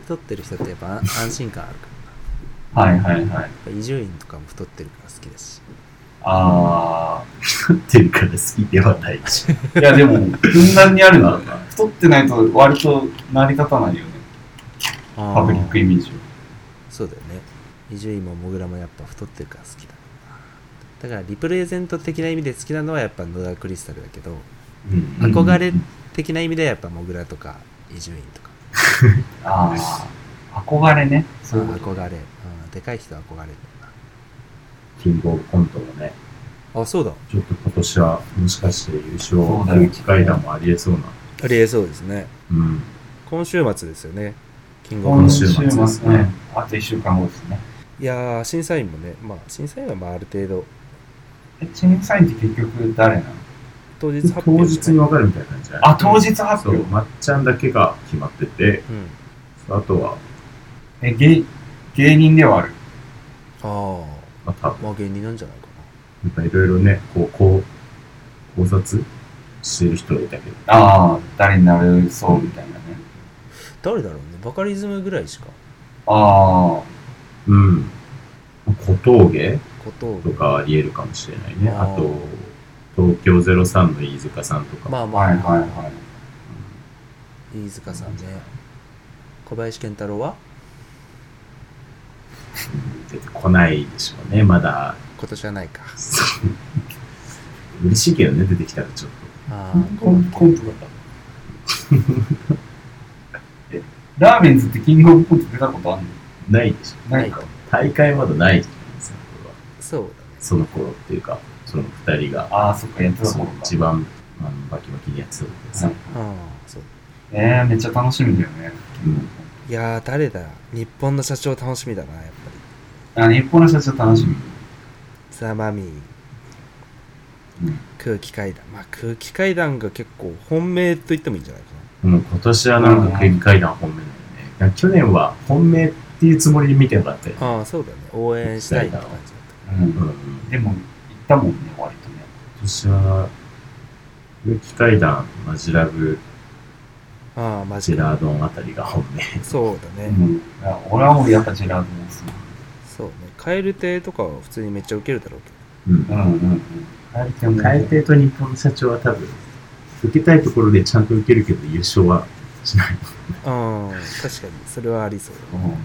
Speaker 2: 太ってる人ってやっぱ安安心感あるから
Speaker 3: はいはいはい
Speaker 2: や。っぱ伊集院とかも太ってるから好きだし
Speaker 3: あ
Speaker 1: 食ってるから好きではないし。
Speaker 3: あ。いやでも、ふんだんにあるな。太ってないと割と成り立たないよね。
Speaker 2: パ
Speaker 3: パブリックイメージを。
Speaker 2: そうだよね伊集院もモグラもやっぱ太ってるから好きだだからリプレゼント的な意味で好きなのはやっぱ野田クリスタルだけど
Speaker 1: うん。
Speaker 3: <laughs> うん
Speaker 2: 憧れ的な意味ではやっぱモグラとか伊集院とか
Speaker 3: ああ、憧れね。そういうこ
Speaker 2: 憧
Speaker 3: と
Speaker 2: れ、うん、でかい人は憧れる
Speaker 1: キングオブコントもね、
Speaker 2: あそうだ
Speaker 1: ちょっと今年はもしかして優勝
Speaker 3: そうだよ
Speaker 1: 機会談もありえそうな。
Speaker 2: ありえそうですね
Speaker 1: うん。
Speaker 2: 今週末ですよねキングオブコン
Speaker 3: 今
Speaker 1: 週
Speaker 2: ト
Speaker 3: 週
Speaker 1: 末
Speaker 3: 末
Speaker 1: で
Speaker 3: ですす
Speaker 1: ね
Speaker 3: ね。あと1週間後ですね。
Speaker 2: いやー審査員もねまあ審査員はまあある程度
Speaker 3: え、チームサインって結局誰なの
Speaker 2: 当日発
Speaker 1: 当
Speaker 2: 表
Speaker 1: 日
Speaker 2: じゃ
Speaker 1: に
Speaker 2: ない
Speaker 1: 分かるみたいな感じじゃない
Speaker 3: あ、当日発
Speaker 1: そう、
Speaker 3: 表。
Speaker 1: まっちゃんだけが決まってて、
Speaker 2: うん
Speaker 1: あとは、
Speaker 3: え、芸、芸人ではある。
Speaker 2: あ
Speaker 1: まあ、多分
Speaker 2: あまあ芸人なんじゃないか
Speaker 1: なんかいろいろね、こう、こう、考察してる人がいたけど、
Speaker 3: ああ、誰になるそうみたいなね。
Speaker 2: な誰だろうねバカリズムぐらいしか
Speaker 3: あ
Speaker 1: うん。小峠
Speaker 2: ことを
Speaker 1: とかあり得るかもしれないね。
Speaker 2: あ
Speaker 1: あ
Speaker 2: ー
Speaker 1: と、東京03の飯塚さんとか、
Speaker 2: まあ
Speaker 3: あ、
Speaker 2: まあ、
Speaker 3: はいはいはい。
Speaker 2: 飯塚さんね小林健太郎は
Speaker 1: 出てこないでしょうね、まだ。 <laughs>
Speaker 2: 今年はないか
Speaker 1: そう嬉しいけどね、出てきたらちょっ
Speaker 2: あ
Speaker 3: コンコントだった。 <laughs> え、ラーメンズってキングオブコント出たことある
Speaker 1: と、ないでしょ。
Speaker 3: のないか。
Speaker 1: 大会まだないじゃないですか、これは。
Speaker 2: あそうだね
Speaker 1: その頃っていうか、その二人が、
Speaker 3: ああ、そっか、やってた
Speaker 1: そ
Speaker 3: 頃
Speaker 1: の
Speaker 3: か。
Speaker 1: 一番、あの、バキバキにやってた時です
Speaker 3: はい
Speaker 2: ああそう
Speaker 3: えー、めっちゃ楽しみだよね。
Speaker 1: うん
Speaker 2: いやー誰だ日本の社長楽しみだなやっぱり
Speaker 3: あ日本の社長楽しみ。
Speaker 2: ザ・マミー
Speaker 3: うん
Speaker 2: 空気階段まあ空気階段が結構本命と言ってもいいんじゃないか
Speaker 1: もう今年はなんか空気階段本命だよね。なんか去年は本命っていうつもりで見てなかったよね。
Speaker 2: なああそうだね応援したいって感じだっ
Speaker 3: う
Speaker 1: うん。
Speaker 3: ん。
Speaker 1: 今
Speaker 3: でも、行ったもんね、割とね。
Speaker 1: 年は、空気階段、マジラブ、
Speaker 2: たああマ
Speaker 1: ジ
Speaker 2: ジ
Speaker 1: ェラ
Speaker 2: か
Speaker 1: ードンあたりが本命。
Speaker 2: そうだ
Speaker 3: う
Speaker 2: ね、
Speaker 3: ん。俺はもうやっぱジェラードンですね。
Speaker 2: そうね蛙亭とかは普通にめっちゃウケるだろうけど
Speaker 1: うん
Speaker 3: う。んうんうん。変えても
Speaker 1: 海底と日本の社長は多分、受けたいところでちゃんと受けるけど優勝はしない。
Speaker 2: うん確かにそれはありそう
Speaker 3: そうね。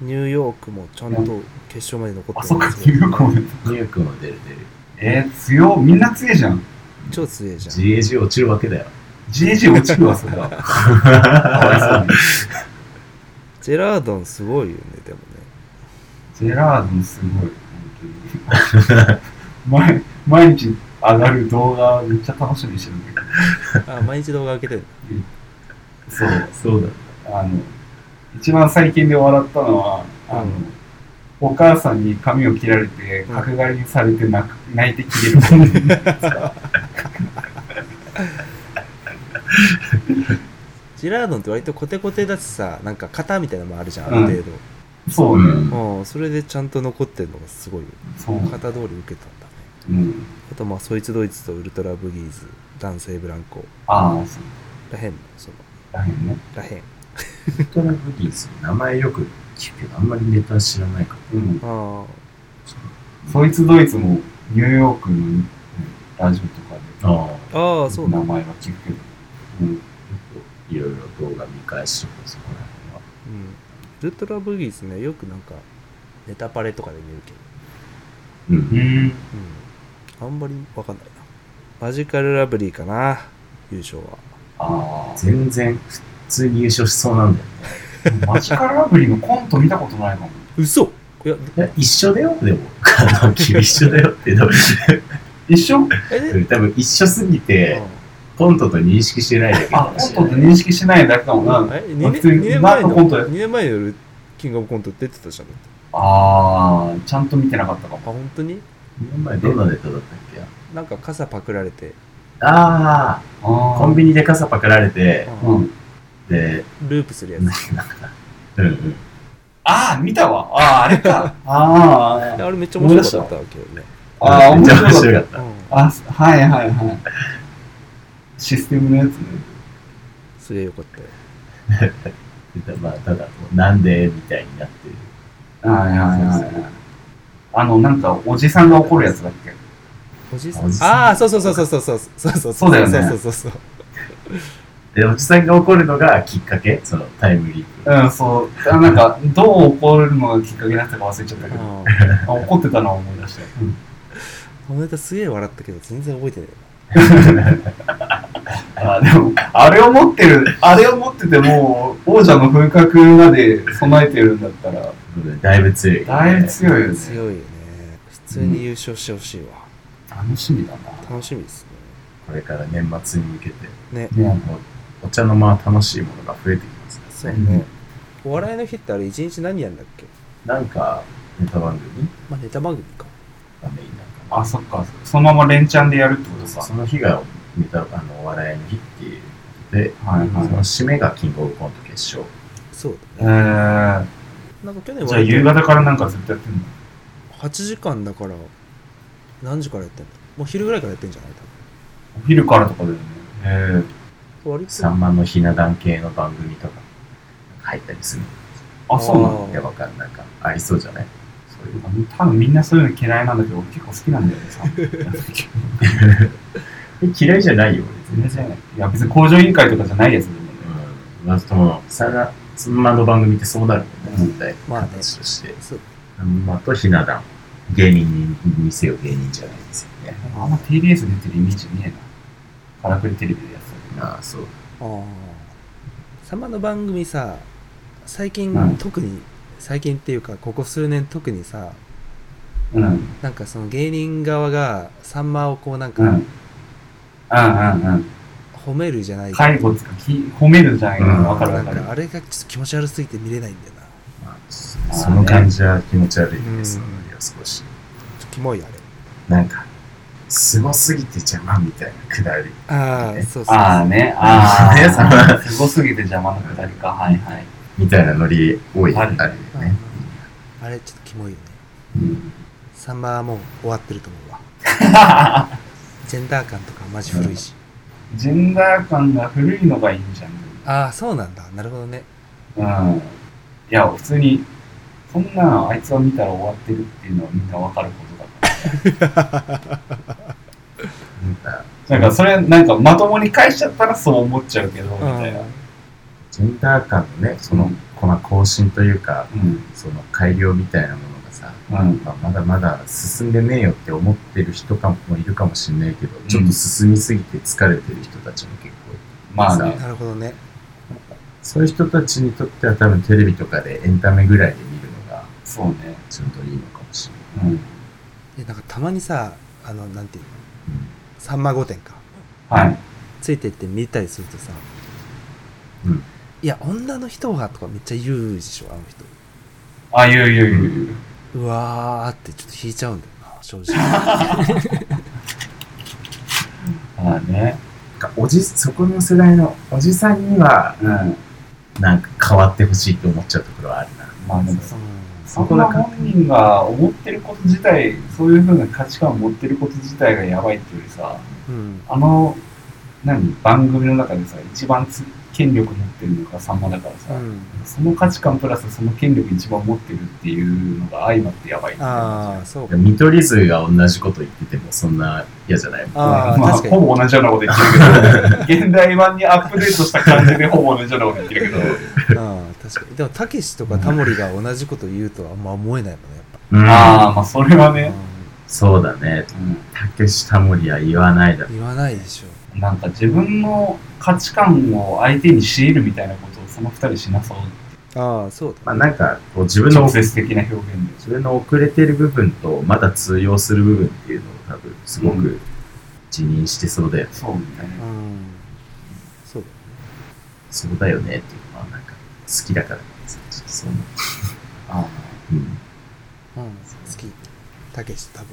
Speaker 2: ニューヨークもちゃんと決勝まで残
Speaker 3: あ、
Speaker 2: って
Speaker 3: そっか、
Speaker 2: る
Speaker 3: ニューヨークも出た。
Speaker 1: ニューヨークも出る出る。
Speaker 3: えー、強っみんな強いじゃん。
Speaker 2: 超強いじゃん
Speaker 1: GAG 落ちるわけだよ。
Speaker 3: GG 落ち
Speaker 1: <laughs>
Speaker 3: るわ、それは。かわいそうに
Speaker 2: ジェラードンすごいよねで
Speaker 3: <laughs>
Speaker 2: もね
Speaker 3: ジェラードンすごい、本当に。毎毎日上がる動画めっちゃ楽しみにしてるんだけ
Speaker 2: あ毎日動画開けてる
Speaker 3: ど。そう。
Speaker 1: そうだ。
Speaker 3: あの、一番最近で笑ったのは、あの、
Speaker 2: うん
Speaker 3: お母さんに髪を切られて、
Speaker 2: うん
Speaker 3: 角刈りにされて泣く泣いて切れる子いる
Speaker 1: <laughs>
Speaker 3: んですか。
Speaker 2: ジェラードンって割とコテコテだしさなんか型みたいなのもあるじゃんある
Speaker 3: うん
Speaker 2: 程度、
Speaker 3: そう
Speaker 1: う
Speaker 3: ね。
Speaker 1: ん。
Speaker 2: うん、それでちゃんと残ってるのがすごいよ
Speaker 3: そう。
Speaker 2: 型通り受けたんだね
Speaker 3: うん。
Speaker 2: あとまあそいつドイツとウルトラブギーズ男性ブランコ
Speaker 3: ああ、そう。
Speaker 2: らへんのその
Speaker 3: 大変ね。
Speaker 2: らへん
Speaker 1: ウルトラブギーズ、名前よく聞くけど、あんまりネタ知らないから。
Speaker 3: うん。
Speaker 2: あ
Speaker 3: そいつドイツもニューヨークのねラジオとかで
Speaker 1: ああ。
Speaker 2: ーあーそうだ
Speaker 3: 名前は聞くけど。うん。
Speaker 1: いろいろ動画見返しとかそこら辺は。
Speaker 2: うんウルトラブギーズねよくなんかネタパレとかで見るけど
Speaker 1: う。
Speaker 3: うんん。
Speaker 2: うんあんまりわかんないなマジカルラブリーかな優勝は
Speaker 3: あ
Speaker 1: 全然普通に優勝しそうなんだよ。
Speaker 3: あ。マジカルラブリーのコント見たことないかも。
Speaker 2: 嘘いや
Speaker 1: いや一緒だよ、でも。あの君一緒だよって。
Speaker 3: <laughs>
Speaker 1: 多分
Speaker 3: 一緒
Speaker 2: え
Speaker 1: 多分一緒すぎて、コントと認識してないだけか
Speaker 3: あ、
Speaker 1: も
Speaker 3: コ
Speaker 1: しれ
Speaker 3: ント
Speaker 1: な
Speaker 3: っ
Speaker 1: い
Speaker 3: て。認識してないだけかも
Speaker 2: あ
Speaker 3: な。
Speaker 2: え2
Speaker 3: 普通
Speaker 2: 年
Speaker 3: に
Speaker 2: 二年前
Speaker 3: バー
Speaker 2: の
Speaker 3: トコントや
Speaker 2: 2年前の夜キングオブコント出てたじゃんあ
Speaker 3: ああ、ちゃんと見てなかったかも。
Speaker 2: 本当に
Speaker 1: 二年前どんなネタだったっけ
Speaker 2: なんか傘パクられて
Speaker 1: ああ、
Speaker 3: あ
Speaker 1: コンビニで傘パクられて、
Speaker 3: う
Speaker 2: うん
Speaker 3: ん。
Speaker 1: で、
Speaker 2: ループするやつ
Speaker 1: うんうん。
Speaker 3: ああ、見たわ。ああ、あれか。あ
Speaker 2: あれめっちゃ面白かったわけよね。
Speaker 3: あ、あ
Speaker 1: めっ
Speaker 3: あ、面
Speaker 1: ちゃ
Speaker 3: 白
Speaker 1: 面
Speaker 3: かっ
Speaker 1: 白か
Speaker 3: た。
Speaker 1: った。
Speaker 2: うん。
Speaker 3: あ、はいはいはい。システムのやつね。
Speaker 2: すげえよかったよ。
Speaker 1: でまあ、ただ、なんでみたいになってる。
Speaker 3: はいはいはいはい。あの、なんか、おじさんが怒るやつだっけ
Speaker 2: おじさ
Speaker 1: お
Speaker 2: ん
Speaker 1: じ。さん
Speaker 2: ああ、そうそうそうそうそうそうそうそう
Speaker 3: そうだよね
Speaker 2: そうそうそう。
Speaker 1: で、おじさんが怒るのがきっかけ、そのタイムリープ。
Speaker 3: うん、そう。あなんか、どう怒るのがきっかけになったか忘れちゃったけど、
Speaker 2: うん
Speaker 3: あ怒ってたのを思い出して。うん
Speaker 2: このネタすげえ笑ったけど全然覚えてない
Speaker 3: あでも、あれを持ってる、あれを持ってても、王者の風格まで備えてるんだったら、
Speaker 1: だいぶ強い。
Speaker 3: だいぶ強いよね。
Speaker 2: 強いよね普通に優勝してほしいわ、
Speaker 3: 楽しみだな。
Speaker 2: 楽しみです
Speaker 1: これから年末に向けて、
Speaker 2: ねね
Speaker 3: ね
Speaker 1: もうお茶の間楽しいものが増えてきますね。
Speaker 2: そうね、お笑いの日ってあれ一日何やんだっけ
Speaker 1: なんか、ネタ番組
Speaker 2: まあネタ番組か
Speaker 1: がメインなのか
Speaker 3: あ、そっか。そのまま連チャンでやるってこと
Speaker 1: な。
Speaker 3: か
Speaker 1: そ。の日がネタ、あの、お笑いの日っていうことで、
Speaker 3: はいはい
Speaker 1: その締めがキングオブコント決勝。
Speaker 2: そう
Speaker 3: え
Speaker 2: だね、
Speaker 3: ー、
Speaker 2: なんか去年
Speaker 3: じゃあ夕
Speaker 2: は
Speaker 3: 方からなんかずっとやってんの
Speaker 2: 8時間だから何時からやってんのもう昼ぐらいからやってんじゃない多
Speaker 3: お昼からとかだよね。えー、
Speaker 2: 分割と
Speaker 1: さんまのひな壇系の番組とか入ったりする
Speaker 3: あ、そうなの
Speaker 1: のいや、わかんないかありそうじゃないそういうの。
Speaker 3: 多分みんなそういうの嫌いなんだけど、俺結構好きなん <laughs> だよね、さ。
Speaker 1: え嫌いじゃないよ、別
Speaker 3: 全
Speaker 1: に。
Speaker 3: 然。いや、別に工場委員会とかじゃないやつだよね。
Speaker 1: うん。まあ、その、さんまさんまの番組ってそうなるもんね、絶対。
Speaker 2: まあね
Speaker 1: 形として。
Speaker 2: そう
Speaker 1: さんまとひな壇。芸人にせよ芸人じゃないですよね。
Speaker 3: あんま TBS 出てるイメージねえな。カラクリテレビでやってたけど。
Speaker 1: ああ、そう。
Speaker 2: ああさんまの番組さ最近、
Speaker 3: うん
Speaker 2: 特に最近っていうかここ数年特にさ
Speaker 3: うん。うん。うん
Speaker 2: なんかその芸人側がさんまをこうなん
Speaker 3: うん
Speaker 2: か
Speaker 3: うんうん。
Speaker 2: 褒めるじゃない
Speaker 3: 介護とかき褒めるじゃないか
Speaker 1: うん
Speaker 3: わかるわ
Speaker 2: なん
Speaker 3: かる。
Speaker 2: かあれがちょっと気持ち悪すぎて見れないんだよな
Speaker 1: まあ、その感じは気持ち悪いです、
Speaker 2: うん
Speaker 1: いや少し。
Speaker 2: ちょっとキモいよあれ
Speaker 1: なんか、すごすぎて邪魔みたいなくだり。
Speaker 2: ああ
Speaker 1: ね
Speaker 2: そうそうそう
Speaker 3: ああね、あ
Speaker 1: ねそ
Speaker 3: あ。
Speaker 1: の
Speaker 3: すごすぎて邪魔なくだりか。はいはい。
Speaker 1: みたいなノリ多い。
Speaker 3: あ
Speaker 1: あ
Speaker 3: る
Speaker 1: る
Speaker 3: ね
Speaker 1: よ
Speaker 2: あ
Speaker 1: ね。
Speaker 2: ああれちょっとキモいよね
Speaker 3: うん
Speaker 2: サンマはもう終わってると思う
Speaker 3: <laughs>
Speaker 2: わジェンダー感とかマジ古いし、
Speaker 3: ジェンダー感が古いのがいいんじゃん。
Speaker 2: ああそうなんだなるほどね
Speaker 3: うん。いや、普通に、そんなのあいつを見たら終わってるっていうのはみんなわかることだか。
Speaker 1: なんから
Speaker 3: なんかそれ、なんかまともに返しちゃったらそう思っちゃうけど、み
Speaker 2: うん
Speaker 3: たいな。
Speaker 1: ジェンダー感のね、その、この更新というか、
Speaker 3: うん。
Speaker 1: その改良みたいなものがさ、
Speaker 3: うん。
Speaker 1: まあまだまだ進んでねえよって思ってる人かもいるかもしれないけど、ちょっと進みすぎて疲れてる人たちも結構いる
Speaker 3: まあね。
Speaker 2: なるほどね
Speaker 1: そういう人たちにとっては多分テレビとかでエンタメぐらいで見るのが
Speaker 3: そうね。
Speaker 1: ちょうどいいのかもしれない。
Speaker 3: うん。
Speaker 2: いやなんかたまにさあのなんていうのサンマ御殿か
Speaker 3: はい。
Speaker 2: ついてって見たりするとさ、
Speaker 1: うん
Speaker 2: いや女の人がとかめっちゃ言うでしょあの人
Speaker 3: あ、言う言う言う言う。
Speaker 2: うわーってちょっと引いちゃうんだよな正直
Speaker 3: ああね。
Speaker 1: なんかおじそこの世代のおじさんには
Speaker 3: うん。
Speaker 1: なんか変わってほしいと思っちゃうところはあるな。
Speaker 3: まあでも、
Speaker 2: うん
Speaker 3: そこな本人が思ってること自体、そういうふうな価値観を持ってること自体がやばいっていうよりさ、
Speaker 2: うん
Speaker 3: あの、何、番組の中でさ、一番つ権力持ってるのがさんまだからさ、
Speaker 2: うん
Speaker 3: その価値観プラスその権力一番持ってるっていうのが相まってやばいっていう
Speaker 2: ああそうか
Speaker 1: 見取り図が同じこと言っててもそんな嫌じゃない
Speaker 2: ああ
Speaker 3: まあ、
Speaker 2: 確かに
Speaker 3: ほぼ同じようなこと言って
Speaker 2: <laughs>
Speaker 3: るけど、現代版にアップデートした感じでほぼ同じようなこと言ってるけど、
Speaker 2: ああ確かにでもたけしとかタモリが同じこと言うとはあんま思えないもんねやっ
Speaker 1: うん
Speaker 3: ああ、まあそれは
Speaker 2: ぱ、
Speaker 3: ね、
Speaker 1: そうだね。
Speaker 3: うん
Speaker 1: たけしたもりは言わないだろ
Speaker 2: うん言わないでしょ
Speaker 3: なんか自分の価値観を相手に強いるみたいなことをその二人しなそう。
Speaker 2: ああそう
Speaker 1: まあ
Speaker 2: だ、ね
Speaker 1: なんかこう自分の
Speaker 3: 直接的な表現で。
Speaker 1: それの遅れてる部分とまだ通用する部分っていうのを多分すごく辞任してそうだよね、
Speaker 3: そうね。
Speaker 2: うんそう
Speaker 1: そうだよねっていうのはなんか好きだからちょっとそう思う
Speaker 3: あ
Speaker 1: うん
Speaker 2: だ、うん、好きたけしとタモ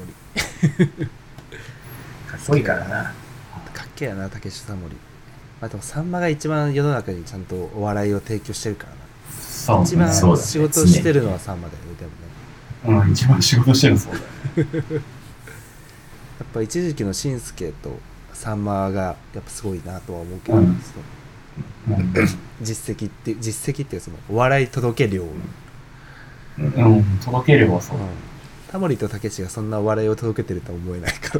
Speaker 2: リ
Speaker 1: かっこいいからな
Speaker 2: かっけえやなたけしとタモリまあでもさんまが一番世の中にちゃんとお笑いを提供してるからな
Speaker 3: そうね。
Speaker 2: 一番
Speaker 1: そうだね
Speaker 2: 仕事をしてるのはさんまだよねでもね
Speaker 3: うん、一番仕事してるのそうだよ。
Speaker 2: やっぱ一時期のしんすけとさんまがやっぱすごいなとは思うけど、
Speaker 3: うん
Speaker 2: その
Speaker 3: う
Speaker 2: 実績って実績っていうそのお笑い届け量、
Speaker 3: ん、うん、届ければそう。
Speaker 2: タモリとたけしがそんな笑いを届けてるとは思えないか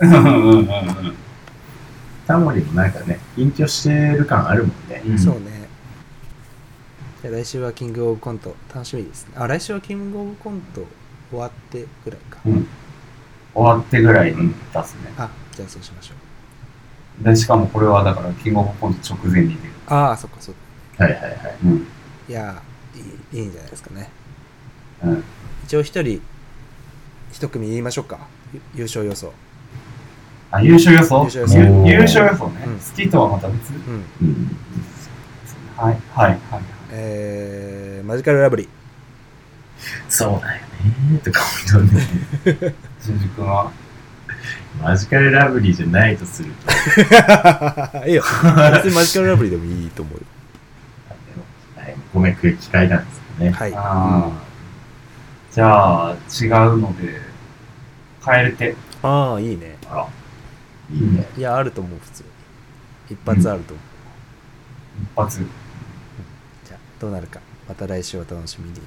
Speaker 2: ら
Speaker 3: うんうんうんうん。
Speaker 1: タモリもなんかね、隠居してる感あるもんね。
Speaker 3: うん
Speaker 2: そうね。じゃあ来週はキングオブコント楽しみですね。あ、来週はキングオブコント終わってぐらいか。
Speaker 3: 終わってぐらいに出すね。
Speaker 2: あ、じゃあそうしましょう。
Speaker 3: で、しかもこれはだから、キングオブコント直前に出る。
Speaker 2: ああ、そっかそっか。
Speaker 1: はいはいはい。
Speaker 3: うん。
Speaker 2: いやーいい、いいんじゃないですかね。
Speaker 3: うん
Speaker 2: 一応一人、一組言いましょうか。ゆ優勝予想。
Speaker 3: あ、優勝予想
Speaker 2: 優勝
Speaker 1: 予想
Speaker 3: ゆ優勝予想ね。
Speaker 2: うん
Speaker 3: 好きとはまた別で
Speaker 2: う
Speaker 1: う
Speaker 2: ん。
Speaker 1: ん。
Speaker 3: すね。はい、はい、はい。
Speaker 2: えー、マジカルラブリー。
Speaker 1: そうだよねとか思うとね、
Speaker 3: 新宿は、
Speaker 1: <laughs> マジカルラブリーじゃないとすると、
Speaker 2: <laughs> い
Speaker 1: <laughs>
Speaker 2: いよ。別にマジカルラブリーでもいいと思うよ。
Speaker 1: はい、ごめん、空気階段ですかね。
Speaker 2: はい。
Speaker 3: あーじゃあ、違うので、変える手。
Speaker 2: ああ、いいね。
Speaker 1: あら、いいね。
Speaker 2: いや、あると思う、普通に。一発あると思う。
Speaker 3: 一発、
Speaker 2: じゃあ、どうなるか。また来週お楽しみに。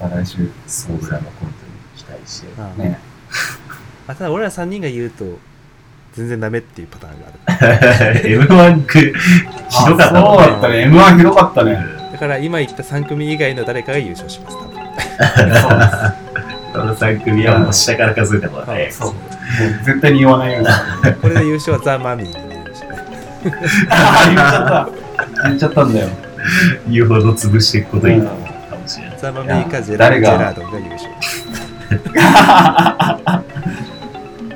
Speaker 3: また来週。
Speaker 1: ソーブラのコントに期待して。
Speaker 2: ああ
Speaker 3: ね。
Speaker 2: まあただ、俺ら3人が言うと、全然ダメっていうパターンがある。
Speaker 1: <laughs> M1 く、ひどかった
Speaker 3: あそうだったね。M1 ひどかったね。
Speaker 1: ね。
Speaker 2: だから、今言った3組以外の誰かが優勝します、多分。
Speaker 3: そうです
Speaker 1: この3組はもう下から数えたもんね。
Speaker 3: そう。もう絶対に <laughs> 言わないように。
Speaker 2: これで優勝はザ・マミーになりましたね。
Speaker 3: 言っちゃった。言っちゃったんだよ。
Speaker 1: 言うほど潰していくことになるかもしれない。
Speaker 2: ザ・マミーかジェラ
Speaker 3: 誰が
Speaker 2: ジェラードンが優勝。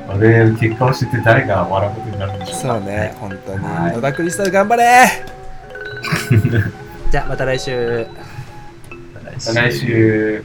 Speaker 3: あれ、結果を知って誰が笑うことになるんでしょう
Speaker 2: そうね、本当に。
Speaker 3: はい
Speaker 2: 野田クリスタル頑張れ <laughs> じゃあ、また来週。
Speaker 1: また
Speaker 3: また来週。